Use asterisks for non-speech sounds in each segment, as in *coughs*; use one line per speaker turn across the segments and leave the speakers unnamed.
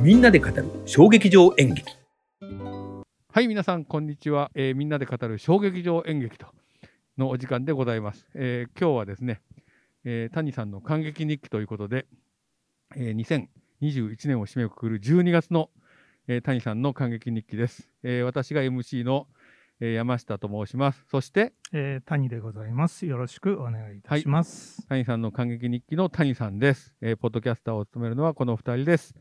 みんなで語る小劇場演劇
はい、皆さん、こんにちは、えーみんなで語る小劇場演劇とのお時間でございます。えー今日はですね、えー谷さんの感激日記ということで、えー2021年を締めくくる12月の、えー谷さんの感激日記です。えー私が MC の、えー山下と申します。そして、
えー、谷でございます。よろしくお願いいたします。
谷さんの感激日記の谷さんです。えーポッドキャスターを務めるのはこの2人です。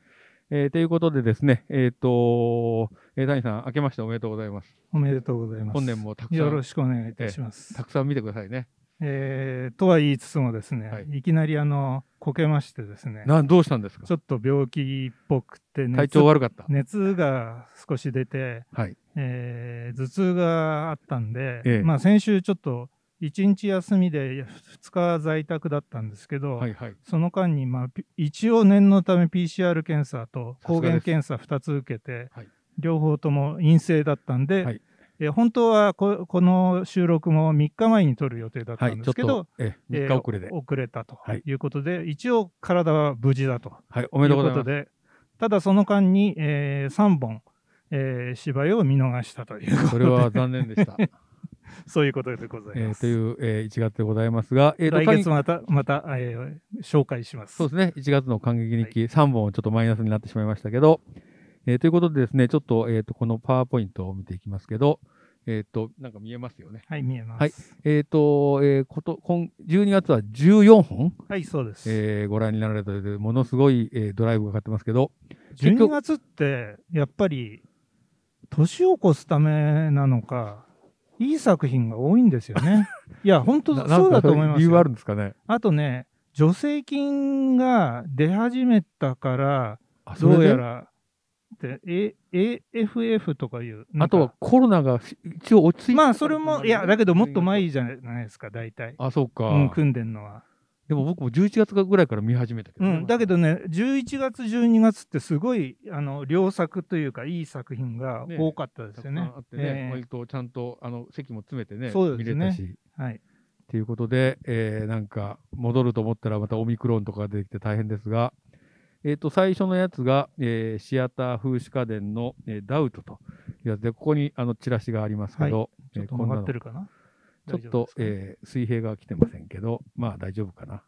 えーということでですね、えっ、とえー谷さん、明けましておめでとうございます。
おめでとうございます。
本年もたくさ
よろ
ん、
しくお願いいたします。
たくさん見てくださいね。
えーとは言いつつもですね、、
はい
きなりあの、こけましてですね、
なんどうしたんですか
ちょっと病気っぽくて熱、
体調悪かった。
熱が少し出て、
はい。
えー頭痛があったんで、
ええ
まあ先週ちょっと1日休みで2日在宅だったんですけど、
はいはい。
その間に、まあ、ピ一応念のため PCR 検査と
さすが
抗
です
原検査2つ受けて、
はい
両方とも陰性だったんで、
はい
えー本当はここの収録も3日前に撮る予定だった
は
ん
い。
で
ちょっ
すけど、
と、え、
え
3
ー
日遅れで。
遅れたと
はい
いうことで、一応体は無事だと
はい。お
い
めで
う
とう
こ
ござ
と
います。
で、ただその間に、え3本、えー芝居を見逃したということで、 *laughs*
それは残念でした。
そういうことでござい
え
ま
ー
す。
という、えー1月でございますが、えーと
来
谷
月また、また、えー紹介します。
そうですね、1月の感激日記、3本ちょっとマイナスになってしまいましたけど、えーということでですね、ちょっと,、えーとこのパワーポイントを見ていきますけど、えっ、と、なんか見えますよね。
はい、見えます。
はいえっ、と、えーこと今、12月は14本、
はい、そうです。
えーご覧になられたという、ものすごい、えードライブがかかってますけど、結
12
局
月ってやっぱり年を越すためなのかいい作品が多いんですよ
*laughs*
ね。いや本当
な
そうだと思い
なんか
ます
理由あ
よ。
るんですかね。
あとね助成金が出始めたから
あそれ
ど
で
うやらで A- AFF とかいうなん
あ
か
とはコロナが一応落ち着いて
まあそれもいやだけどもっと前
に。
じゃないですか大体、
あ、そうか。
うん、組んでんのは。
でも僕も11月ぐらいから見始めたけど
う
ね、
ん、だけどね、11月、12月ってすごいあの良作というか、いい作品が
ね
多かったで
たく
す
さ
よ
ん
ね。
あってね、
ええ
割とちゃんとあの席も詰めてね、
そうですね
見れたし。
はい、
ということで、えーなんか戻ると思ったらまたオミクロンとかが出てきて大変ですが、えー、と最初のやつが、えーシアター風刺家電の、えーダウトというやつで、ここにあのチラシがありますけど、
ちょ
え
っと
ーこん
曲
な
が
の
ってるかな。
ちょっと、
大丈夫です
えー水平が来てませんけど、まあ大丈夫かな。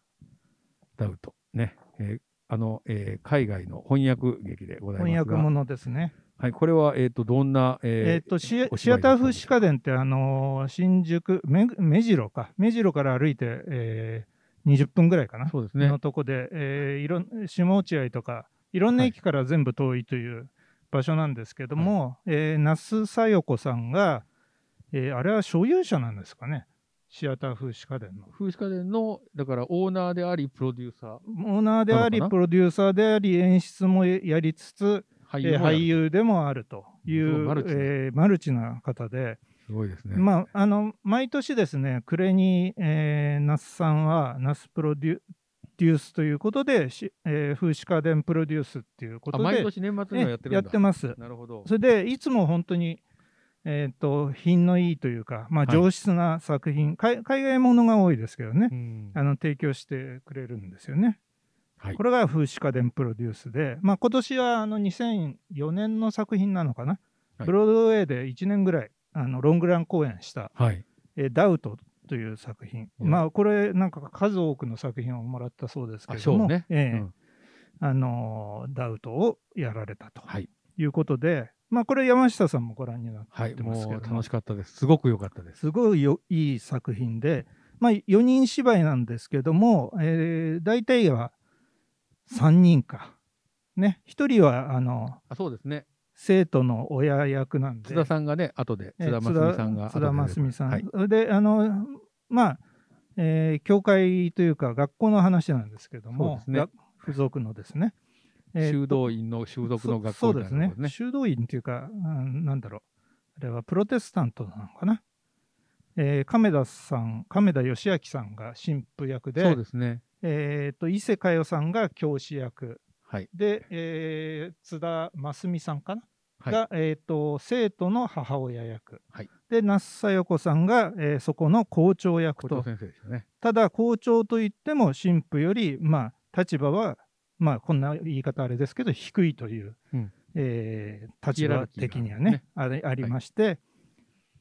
ダウト。ね。えーあの、えー海外の翻訳劇でござい
か
ます
翻
が。
訳ものですね。
はい、これは、えっ、と、どんな、え
え
ー
っとシア
お芝居
シアター風刺家電って、あのー新宿目、目白か、目白から歩いて、えー20分ぐらいかな、
そうですね
の。とこで、えーいろん下落合とか、いろんな
はい
駅から全部遠いという場所なんですけども、えー那須小夜子さんが、えーあれは所有者なんですかね、シアター風刺家電の。
風刺家電の、だからオーナーであり、プロデューサ
オーナーであ
なのか
り、
な
プロデューサーであり、演出もやりつつ、
ー、俳
え
優も
ー
や
俳
る、
優でもあるとい
すごいうマルチな
えーマルチな方で、
すごいですね。
まあ、あの毎年ですね暮れに、えー、那須さんは那須プロデュデュースということで、しえー風刺家電プロデュースっていうこ
あ
とで
毎年年末にはやって
え
るんだ。
ます。
なるほど。
それでいつも本当にえー、と品のいいというか、まあ、
はい
上質な作品、海海外ものが多いですけどね、
うん
あの提供してくれるんですよね。
はい
これが風刺家電プロデュースで、まあ、今年はあの2004年の作品なのかな、
はい
ブロードウェイで1年ぐらいあのロングラン公演した
はい。
えーダウトという作品、
うん
まあこれなんか数多くの作品をもらったそうですけれ
あ、
ど
そう
も、
ね。
ええ
うん
あのーダウトをやられたと
はい。
いうことで、まあこれ山下さんもご覧になっ
はい。
てます
もう
けども、
楽しかったです。すごく良かったです。
すごいよいい作品で、まあ4人芝居なんですけども、えー、大体は3人か。ね、1人はあの
あ、そうですね。
生徒の親役なんで
津田さんがね、後で、
え
津田真澄さんが後で出てく
津
る。
田真澄さん、
はい。
それであのまあ、えー教会というか学校の話なんですけども、
そうですね
が付属のですね、えー
修道院の修
そ
道の学
そ
校
う
みたい
です
な
ね
とこですね。
修道院というか、うんなんだろうあれはプロテスタントなのかな、えー亀田さん亀田義明さんが神父役で
そうですね。
えーと伊勢佳代さんが教師役
はい。
で、えー津田真澄さんかな
はい。
が、えー、と生徒の母親役、
はい
で那須小夜子さんが、えーそこの校長役
後
と
藤先生でしたね。
ただ校長といっても神父より、まあ、立場はまあ、こんな言い方あれですけど、低いという、
うん
えー
ヒエ
立
ラ
場
ルキーが
的には
ね
ね、あれありまして、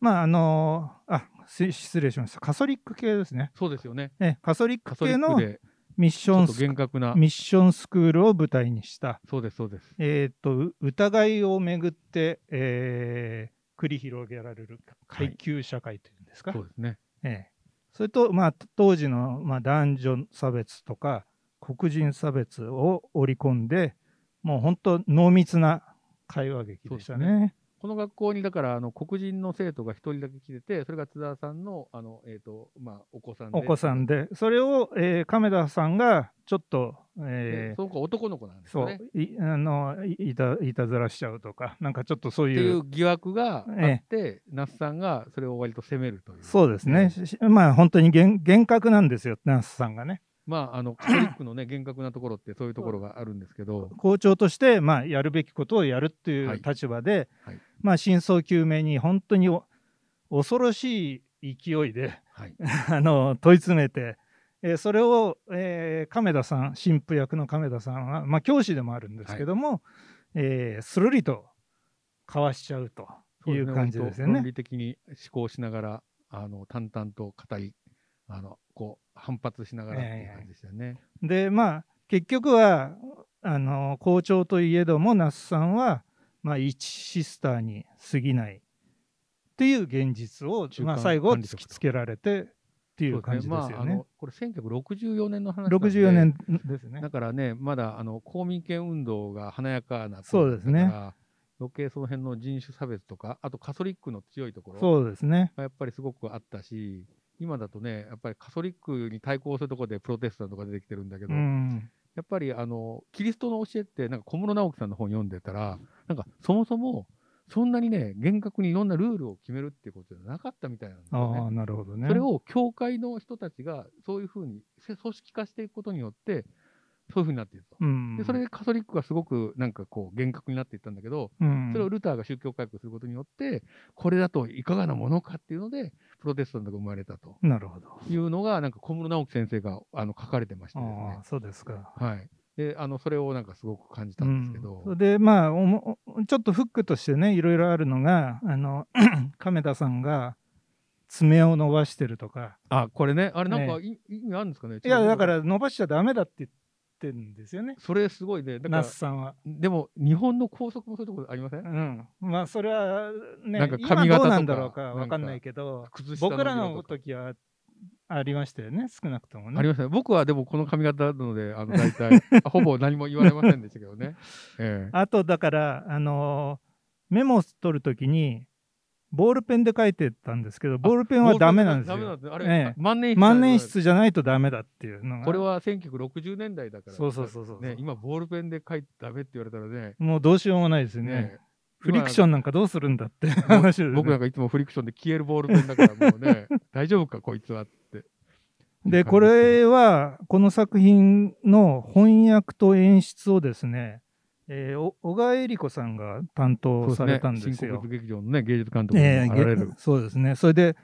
まあ、あのあ、す失礼しました、カソリック系ですね。
そうですよね。
えカソリッ
カ
ク
ソリ
系
ッ
の
クで
ミッシ
ち
ョ
ょっ
ン
と
スク
厳格な、
ミッションスクールを舞台にした、
そうですそうです。
えー、とう疑いをめぐって、えー繰り広げられる階級社会というんですか、
そうですね。
ええそれと、まあ、当時の、まあ、男女差別とか黒人差別を織り込んでもう本当濃密な会話劇でした
そう
ね。
この学校にだからあの黒人の生徒が一人だけ来てて、それが津田さんのあのえっ、とまあお子さんで、
お子さんでそれを、えー亀田さんがちょっと、
で
えー
その子男の子なんです
そ
よ
う
ね。
いあのいいたいたずらしちゃうとかなんかちょっとそう
って
い
いうう疑惑があっ
え
て、那須さんがそれを割と責めるという。
そうですね、しまあ本当に厳厳格なんですよ、ナースさんがね。
まああのカトリックのね厳格なところってそういうところがあるんですけど、
校長として、まあ、やるべきことをやるってい
はいう
立場で、
はい
まあ、真相究明に本当にお恐ろしい勢いで
はい、
*laughs* あの問い詰めて、えーそれを、えー亀田さん、神父役の亀田さんは、まあ、教師でもあるんですけども、えーするりとかわしちゃうという感じですよ
論
ね。
理的に思考しながらあの淡々と語り、あのこう反発しながらっていう感じでしたよね。
でまあ結局はあの校長といえども那須さんは、まあ、一シスターに過ぎないっていう現実を
中、間
まあ、最後
管理
突
職と
きつけられてっていう
そう
感
で
じ
す
です
まあ
よ
あ
ね
の。これ1964年の話なんで。
64年ですね
だ。からね、まだあの公民権運動が華やかな頃
そうですね
だから余計その辺の人種差別とか、あとカトリックの強いところ
そうですね。
がやっぱりすごくあったし、今だとね、やっぱりカトリックに対抗するところでプロテスタントが出てきてるんだけ
う
ど、
ん、
やっぱりあのキリストの教えって、なんか小室直樹さんの本読んでたら、なんかそもそもそんなにね、厳格にいろんなルールを決めるっていうことじゃなかったみたいなんですよね
ああ。なるほどね。
それを教会の人たちがそういうふうにせ組織化していくことによって、そういうふうになっていると。
うん、
でそれでカトリックがすごくなんかこう厳格になっていったんだけど、
うん、
それをルターが宗教改革することによって、これだといかがなものかっていうので、プロテスタントが生まれたと
なるほど。
いうのが、なんか小室直樹先生があの書かれてましてです
あ
ね
あ。そうですか。
はい。で、あの、それをなんかすごく感じたんですけど、
うんそれでまあおもちょっとフックとしてねいろいろあるのがあの *clears throat* 亀田さんが爪を伸ばしてるとか
あ、これね、あれなんかい、意味あるんですかね
いやだか、ら伸ばしちゃダメだって言ってるんですよね
それすごいね。だか
那
ら、
須さんは、
でも日本の校則もそういうところありません
うん、まあそれはね
なんか
今
髪型とか
どうなんだろうかわかんないけど
靴下の
僕ら
色
の
とか
時はありましたよね少なくともね
ありましたね。僕はでもこの髪型なので、あ
*laughs*
の大体、あほぼ何も言われませんでしたけどね。ええ
あとだから、あのーメモ取るときにボールペンで書いてたんですけどボールペンはダメなんです
ダメ
よ。
あれ、
ええ
万年筆。
万年。筆じゃないとダメだっていうのが
これは1960年代だから。
そうそうそうそう
ね、今ボールペンで書いてダメって言われたらね。
もうどうしようもないですよね
ね
フリクションなんかどうするんだって話ですね、
僕なんかいつもフリクションで消えるボールペンだからもう
*laughs*
ね、大丈夫かこいつはって。
でこれはこの作品の翻訳と演出をですね、えーお小川恵理子さんが担当されたんです
新
よ
国立劇場のね、芸術監督に
え
な
ー
られる
げ。そうですね。それで、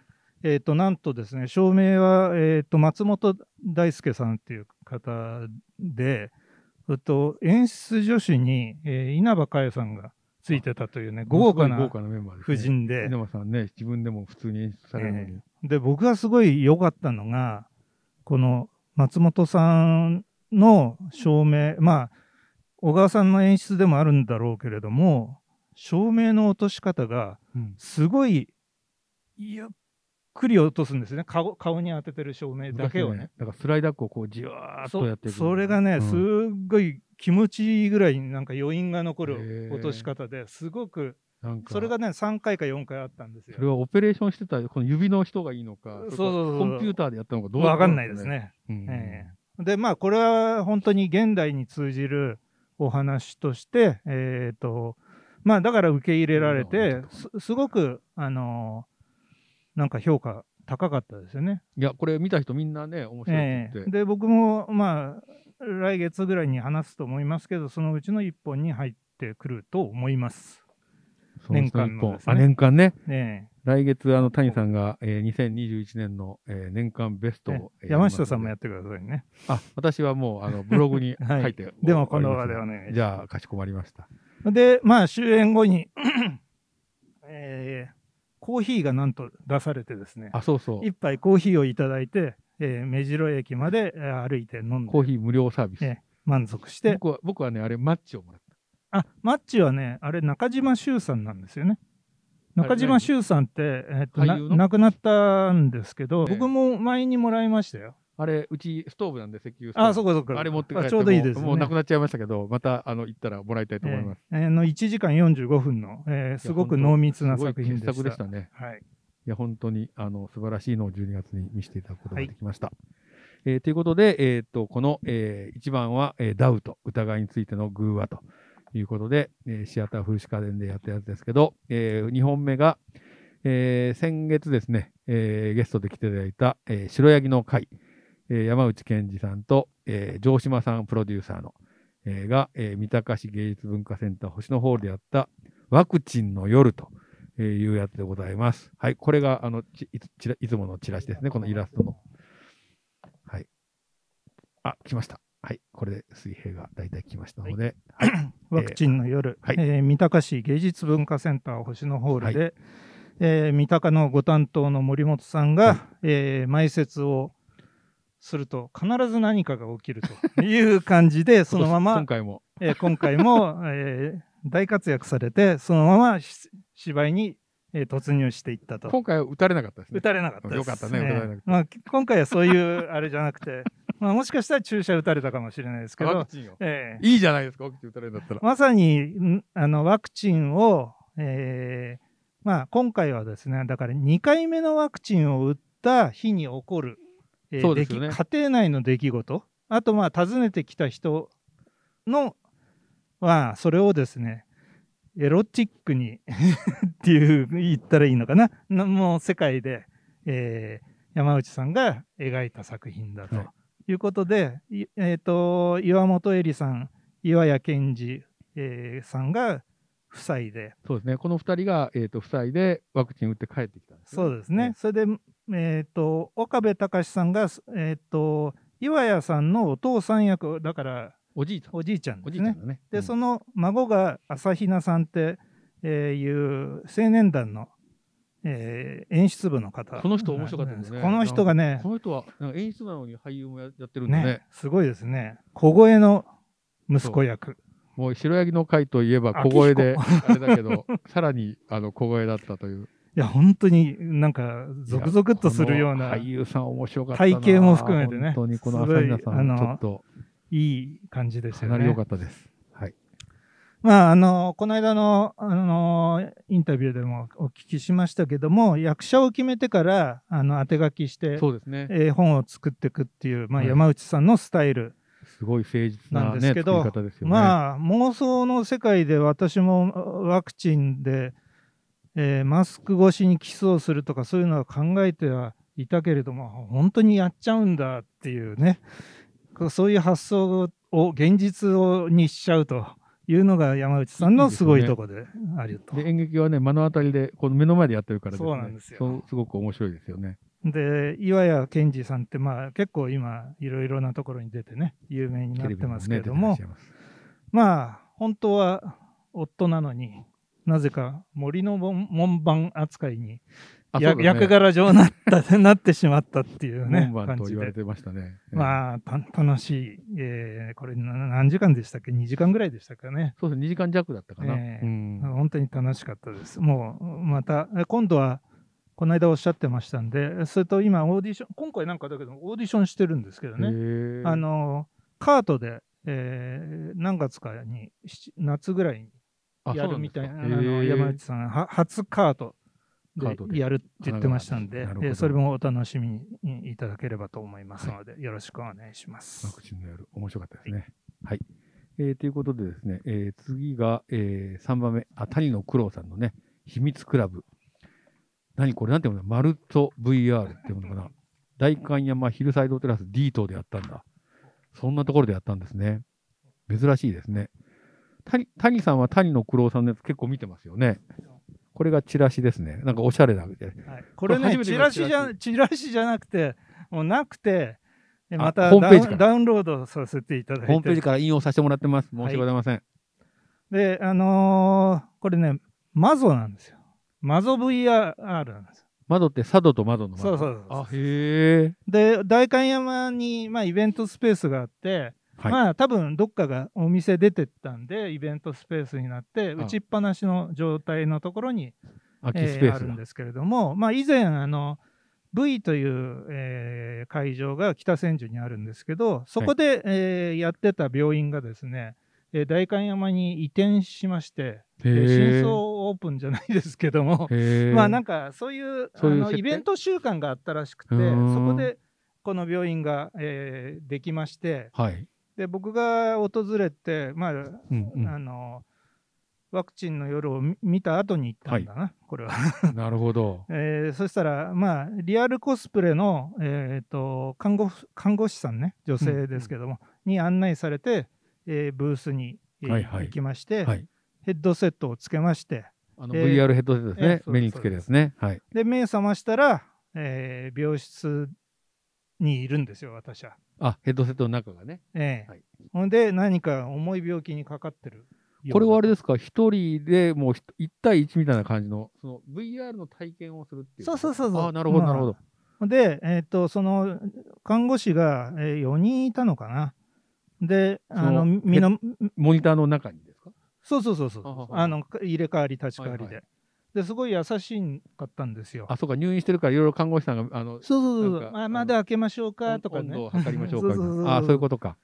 えー、となんとですね、照明は、えー、と松本大輔さんっていう方で、えっと演出助手に、えー稲葉佳代さんがついてたというね、豪華
すごい
な
豪華なメンバーです、ね。
夫人で、
稲葉さんね、自分でも普通に演出されるのに。
で、僕がすごい良かったのが、この松本さんの照明、まあ、小川さんの演出でもあるんだろうけれども、照明の落とし方が、
うん
すごいゆっくり落とすんですね顔顔に当ててる照明だけをね。
だからスライダックをこうじわーっとやっていく
そそれが
う
ね、
ん
すっごい気持ちいいぐらいになんか余韻が残
へ
る
ー
落とし方ですごく
なんか
それがね3回か4回あったんです
それ
よ。
はオペレーションしてたこの指の人がいいのか
そう
れか
そうそう
コンピューターでやったのかどう
わかんないです、ね。
うん
ええでまあこれは本当に現代に通じるお話としてえっ、とまあだから受け入れられ
なるほ
て
ど
すすごくあのーなんか評価高かったですよね。
いやこれ見た人みんなね面白いっ
え
て言
え
って、
で僕もまあ来月ぐらいに話すと思いますけどそのうちの一本に入ってくると思います。
その人
年間のですね
あ年間ね。
ね
来月、あの、谷さんが、えー、2021年の、えー年間ベス
え
トを。えー
山下さんもや
やり
ってくださいね。
ますのであ、私はもう、あの、ブログ
*laughs*
に
はい
書いて、
でもこの場
終
で
わ
お
ります
願いし
じ
ま
ゃあ、かしこまりました。
す。で、まあ終演後に、 *coughs* えーコーヒーがなんと出されてですね、
あ、そうそう。
一杯コーヒーをいただいて、えー目白駅までえー歩いて飲んで
コーヒー無料サービス。
え満足して、
僕は、僕はね、あれ、マッチをもらっ
あマッチはね、あれ、中島周さんなんですよね。
あれ
中島周さんって、えっとな
俳優の
亡くなったんですけど、
ええ
僕も前にもらいましたよ。
た。あれ、うち、ストーブなんで、石油ストーブ。
あ、そうかそうか。
あれ持って帰って
あちょうどいいですね。
もうもうなくなっちゃいましたけど、また、あの、行ったらもらいたいと思います。
えーえーの1時間45分の、えーすごく濃密な作品
す
で
ごい傑
した。
作でしたね。
はい、
いや、本当に、あの、素晴らしいのを12月に見せていただくことができました。えーということで、えーっと、この、え1番は、えーダウト、疑いについての偶話ということで、えーシアター風刺家電でやったやつですけど、え2本目が、えー先月ですね、えーゲストで来ていただいた、えー白ヤギの会、えー山内健二さんと、えー城島さんプロデューサーの、えーが、えー三鷹市芸術文化センター星のホールでやったワクチンの夜とえーいうやつでございます。はい、これがあのちいつちらいつものチラシですね、このイラストの。はい。あ、来ました。はい、これで水平が大体来ましたので、はい、
ワクチンの夜、
はい
えー三鷹市芸術文化センター星野ホールで、
は
えー三鷹のご担当の森本さんが、
はい
えー埋設をすると必ず何かが起きるという感じ
*laughs*
でそのま
今
ま
今回も
えー今回も、えー大活躍されてそのままし芝居に、えー突入していったと。
今回は打たれなかったですね
打。たれなかったです。
よかったね打たれなくて
まあ、今回はそういうあれじゃなくて、 *laughs* まあ、もしかしたら注射打たれたかもしれないですけ
ワ
ど
ク、チンを。
ええ
いいじゃないですか、ワクチン打たれるんだったら。
まさにんあのワクチンを、えーまあ、今回はですね、だから2回目のワクチンを打った日に起こる、えー
そうですよね
出来家庭内の出来事、あと、まあ、訪ねてきた人の、まあ、それをですね、エロチックに *laughs* っていう言ったらいいのかな、なもう世界で、えー山内さんが描いた作品だと。
はい
いうことで、いえー、と岩本恵里さん、岩谷健二、えーさんが夫妻で、
そうですね、この2人が、えー、と夫妻でワクチン打って帰ってきたんですよ
そうですね、
ね
それで、えー、と岡部隆さんが、えー、と岩谷さんのお父さん役、だから
おじいちゃん。
おじいちゃん
お
で
じ
す
いちゃ
ね
ん。だね。
で、
うん
その孫が朝比奈さんって、えーいう青年団の、えー演出部の方。
この人面白かったですね
この人がね、
この人はなんか演出なのに俳優もややってるんでね
ね、すごいですね。小声の息子役。
もう白ヤギの会といえば小声で、あれだけど、 *laughs* さらにあの小声だったという。
いや、本当になんか、ゾクゾクっとするよう
いや
な、
この俳
い
優さん面白かったな。
体型も含めてね
本当にこの
すご
朝
い
比奈さ
あ
ん、
の
ちょっと、
い感じでし
か
たよ
なり良
ね
か。ったです。はい。
まあ、あの、この間の、あの、インタビューでもお聞きしましたけども、役者を決めてから、あの、当て書きして、
そうですね。
えー本を作っていくっていう、まあ、
はい
山内さんのスタイル。
すごい誠実
な
なんね、
です
作
け
り
ど
方ですよね。
まあ、妄想の世界で私もあワクチンで、えーマスク越しにキスをするとかそういうのは考えてはいたけれども、本当にやっちゃうんだっていうね、こうそういう発想を、現実をにしちゃうというのが山内さんのすごいとこであると。
で、演劇はね、目の当たりで、この目の前でやってるからですね。
そうなんですよ
そうすごく面白いですよね。
で、岩谷健二さんって、まあ結構今、いろいろなところに出てね、有名に
テ
なっ
レビ
て
にも
ますけ
ね、
れ
出て
ど
ら
も
っしゃ、います。
まあ、本当は夫なのに、なぜか森の門門番扱いに、
あ
や
そうだね
役柄上なった *laughs* なってしまったっていうね、
門番
感
と
じ
言われ
で。
てましたね。あ。
まあ、た楽しい、えーこれな何時間でしたっけ ?2 時間ぐらいでしたかね。
そうですね、2時間弱だったかな。
ええ
うん
本当に楽しかったです。もう、また、え今度は、この間おっしゃってましたんで、それと今オーディション、今回なんかだけど、オーディションしてるんですけどね。
へえ
あの、カートで、えー何月かに、七夏ぐらいに、
あ
やるみたい
そう
な、
んですか
あの
へえ
山内さん、は初カート
カート
で
で
やるって言ってましたんで
なる、ほ
え
ど
ーそれもお楽しみにいただければと思いますので、よろしくお願いしま
ワ
す
ク。チンの夜、面白かったですね。はい。えーということでですね、えー次が、え3番目、あ、谷野九郎さんのね、秘密クラブ。何これ、なんていうのマルト VR っていうのかな。代官山ヒルサイドテラス D 棟でやったんだ。そんなところでやったんですね。珍しいですね。谷谷さんは谷野九郎さんのやつ結構見てますよね。これがチラシですね。なんかおしゃれなみたいな。
はい、これ
これ初め
ね、
て
チ
見ま
ラ
した
シじゃ、チラシじゃなくて、もうなくて、
あ
でまた
ホームページ
ダウン
か
ダウンロードさせていた
ホ
だ
ー
い
ムページ
て。
から引用させてもらってます。申し訳ございません。
で、あのーこれね、マゾなんですよ。マゾ VR なんです。
窓って佐渡と窓の窓。
そうそうそう
あ、へえ。
で、代官山に、まあ、イベントスペースがあって、
はい
まあ、多分どっかがお店出てったんで、イベントスペースになって、
あ
打ちっぱなしの状態のところに
空き
え
スペ
ー
ー
あ
ス
るん
だ。
ですけれども、まあ、以前あの V という、えー会場が北千住にあるんですけどそこで、えーやってた病院がですね、えー代官山に移転しまして、
へ
えー
え。
新装オープンじゃないですけども、
へえ。
まあなんかそういう
そういう
あの
設定
イベント習慣があったらしくて
う
そ
ーん
こでこの病院が、えーできまして
はい。
で僕が訪れて、まあ
うん
あのワクチンの夜を見見た後に行ったんだな、これは。 *laughs*
うん。なるほど。
えーそしたら、まあ、リアルコスプレの、えー、と看護婦看護師さんね、女性ですけども、に案内されて、えーブースに、えー
はいはい
行きまして、
はい。
ヘッドセットをつけまして、
あの
えー
VR ヘッドセットです
えーそうで
ね
す。
目につけるですね。はい。
で目覚ましたら、えー病室にいるんですよ、私は。
あ、ヘッドセットの中がね。
えー
はい
ほんで、何か重い病気にかかってる。
これはあれ
で
ですか、一人でもうひ一対一みたいな感じの、その VR の体験をするっていう。
そうそうそうそう
あーなるほど、
まあ
なるほど。
で、えー、とその看護師が、え4人いたのかな。で、あの
その
身の
モニターの中にですか
そうそうそうそう
あは。は
あのか入れ替わり立ち替わりで、
はいは
ですごい優しかったんですよ。
あ、そうか、入院してるから、いろいろ看護師さんが、あの、
そうそうそう
な
そ
ん
う。
かあ
あ
の
まだ開けましょうかとか
温
ね
度。を測りましょうか。
そうそうそうそう
あーそういうことか。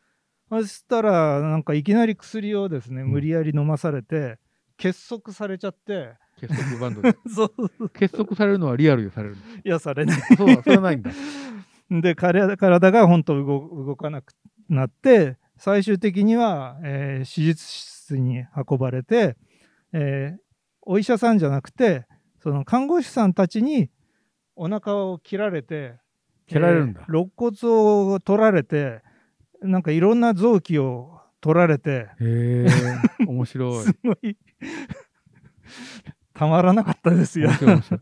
そしたらなんかいきなり薬をですね
ん
無理やり飲まされて結束されちゃって、
結束バンド
*laughs*
で。
そう
結束されるのはリアルでされるんだ。
いやされない。
そうだ、それはないんだ。
で体体が本当動動かなくなって最終的には、えー手術室に運ばれて、えーお医者さんじゃなくてその看護師さんたちにお腹を切られて
蹴られるんだ
えー肋骨を取られてなんかいろんな臓器を取られて
へえ、面白い
す。ごい *laughs* たまらなかったですよ
面。白い面白い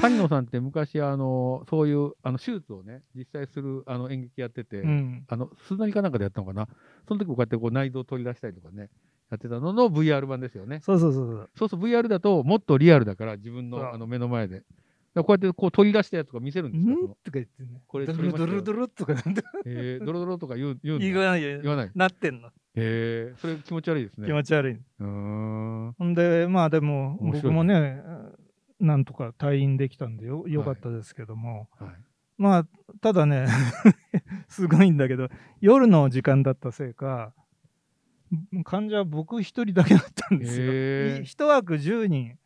谷野さんって昔、あの、そういう、あの、手術をね、実際する、あの、演劇やってて、
うん、
あの、鈴波かなんかでやったのかな。その時もこうやってこう内臓を取り出したりとかね、やってたのの VR 版ですよね。
そうそうそうそう
そうそう、VR だともっとリアルだから、自分
そう
のあの目の前で。だからこうやってこう取り出したやつとか見せるん
う
ですかそ
ん
の
とか言ってね
これ
ド
取り
ル
ました
ド
よ
ルドルとかなんて
えー、ドロドロとか言う言うんだ
言わないよ
言わない。
なってんの
へえー、それ気持ち悪いですね。
気持ち悪い。
うーん。
ほんで、まあでも、
面白い
僕もね、なんとか退院できたんでよよかったですけども、
はい、
まあ、ただね、 *laughs* すごいんだけど、夜の時間だったせいか、患者は僕一人だけだったんですよ。
へー
い一枠10人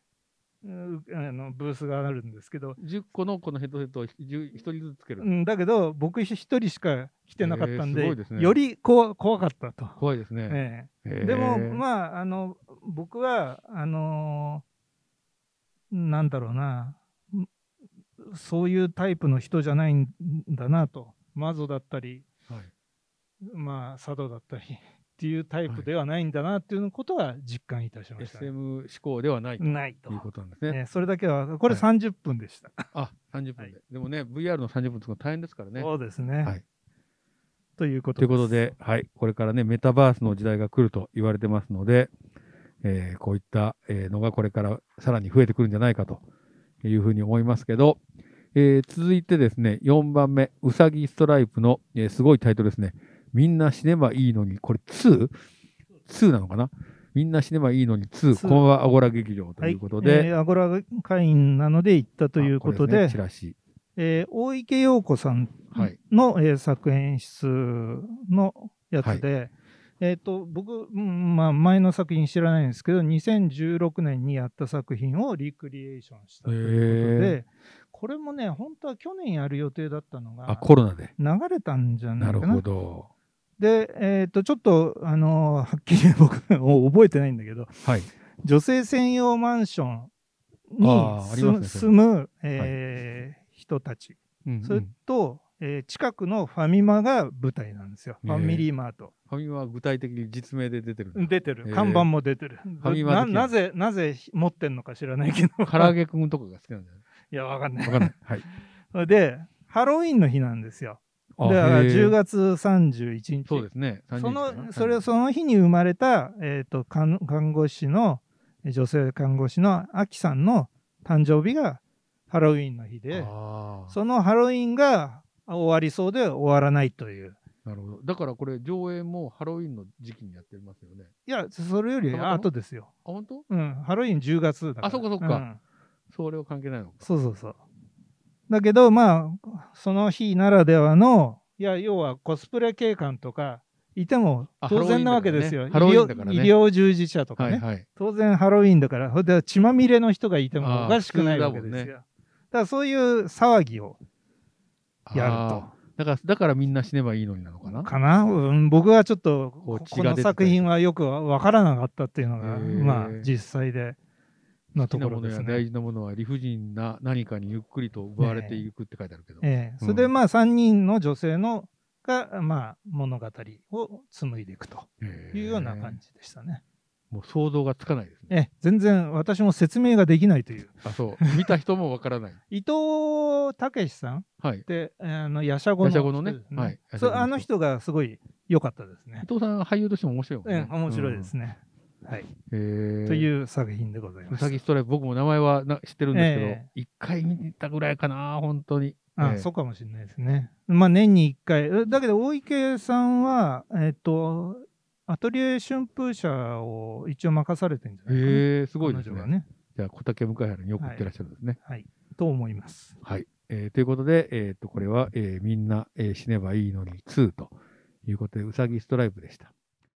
うあのブースがあるんですけど、
10個のこのヘッドセットを10 1人ずつつける。
うんだけど僕一人しか来てなかったんで、
へーすごいですね
よりこ怖かったと。
怖いですね。
ええ
へー
でも、まあ、あの、僕は、あのーなんだろうな、んそういうタイプの人じゃないんだなと、マゾだったり、
はい
まあ、佐渡だったりっていうタイプではないんだなっていうことは実感いたしましたね、
SM 思考ではないとい
ないと
う。ことなんですね。
ねそれだけは、これ
はい
30分でした。
あ、30分で、
は
でもね、VR の30分って大変ですからね。
そうですね。
はい
ということ
という
です
ことで、はい、これからね、メタバースの時代が来ると言われてますので、えーこういったえーのがこれからさらに増えてくるんじゃないかというふうに思いますけど、えー続いてですね、4番目、うさぎストライプの、えーすごいタイトルですね。みんな死ねばいいのに、これ 2?2 なのかなみんな死ねばいいのに2、こ
2
んばんはアゴラ劇場ということで、
はいえーアゴラ会員なので行ったということ
あ
で、
れすねチラシ。
えー大池洋子さん
はい。
の、えー作演出のやつで、えー、と僕、うんまあ、前の作品知らないんですけど2016年にやった作品をリクリエーションしたということ
へ
でこれもね本当は去年やる予定だったの
あ、
が
コロナで。
流れたんじゃな
ないる
かな
ほど。
で、えー、とちょっと、あのーはっきり僕 *laughs* 覚えてないんだけど
はい。
女性専用マンションに
あーあり
住
ます
む
ねそれ
住む、えー人たち
うんうん
それと、えー近くのファミマが舞台なんですよ。
へ
フ
え
ァミリーマート。
ファミマは具体的に実名で出てる。
出てる
へえ。
看板も出てる。
ファミマ
な
的な
なぜ、なぜ持ってんのか知ら *laughs* ないけど。
唐揚げくんとかが好きなんじゃ
いや、わかんな
ない
い。
わかんない。 *laughs* はい。
で、ハロウィンの日なんですよ。
あ
だから
へー
10月31日。
そうですね。30
そ
日かな
のそれその日に生まれた、えー、と看看護師の女性看護師のアキさんの誕生日がハロウィンの日で
ああ
そのハロウィンが終わりそうで終わらないという
なるほど。だからこれ、上映もハロウィンの時期にやってますよね。
いやそれより後ですよ、
あ、本当
うん、ハロウィン10月だから
あそっかそっか
うん
それは関係ないのか。
そうそうそうだけどまあその日ならではのいや要はコスプレ警官とかいても
あ
当然なわけですよ、
ハロウィンだからね
医療医療従事者とか
は
ね、
いはい。
当然ハロウィンだから、ほんで血まみれの人がいて
あー
もおかしくないわけで
普
すよ。だ
通だ
からそういう騒ぎをやる
あーだから、だからみんな死ねばいいのになのかな
と。かな、うん、僕はちょっと
こう
こ
血
こ
が出
の
てたり
作品はよくわからなかったっていうの
へ
が、
ー
まあ実際での
好
と
きな
こ
も
ろ
の
で
や
す
大
ね。
事なものは理不尽な何かにゆっくりと奪われていくって書いてあるけど。
ええ
うん
それでまあ3人の女性のが、まあ、物語を紡いでいくと
へえ
いうような感。じでしたね。
もう想像がつかないですね。
ええ全然私も説明ができないという。
あ、そう。見た人もわから
*laughs*
ない。
伊藤武さん
はい。
で、あの、ヤシャゴの
ヤシャゴのね
そうです
はいヤシャゴの人
そうあの人がすごい良かったですね
伊。藤さん俳優としても面白いもん
え
ね。
え面白いですね。はい。
うん。へえ
という作品でございま
う
した。
さぎストライプ、僕も名前はな知ってるんですけど
え、
一、回見に行ったぐらいかな、本当に。
あ
ええ
そうかもしれないですね。まあ、年に一回。えだけど、大池さんは、えっ、と、アトリエ春風社を一応任されてるんじゃないかな。
へえすごいです
彼女
ね。
がね。
じゃあ、小竹向原によく行ってらっしゃるんですね。
はい。と思います。
はい。えーということで、えっとこれは、えーみんな、えー死ねばいいのに2ということで、うさぎストライプでした。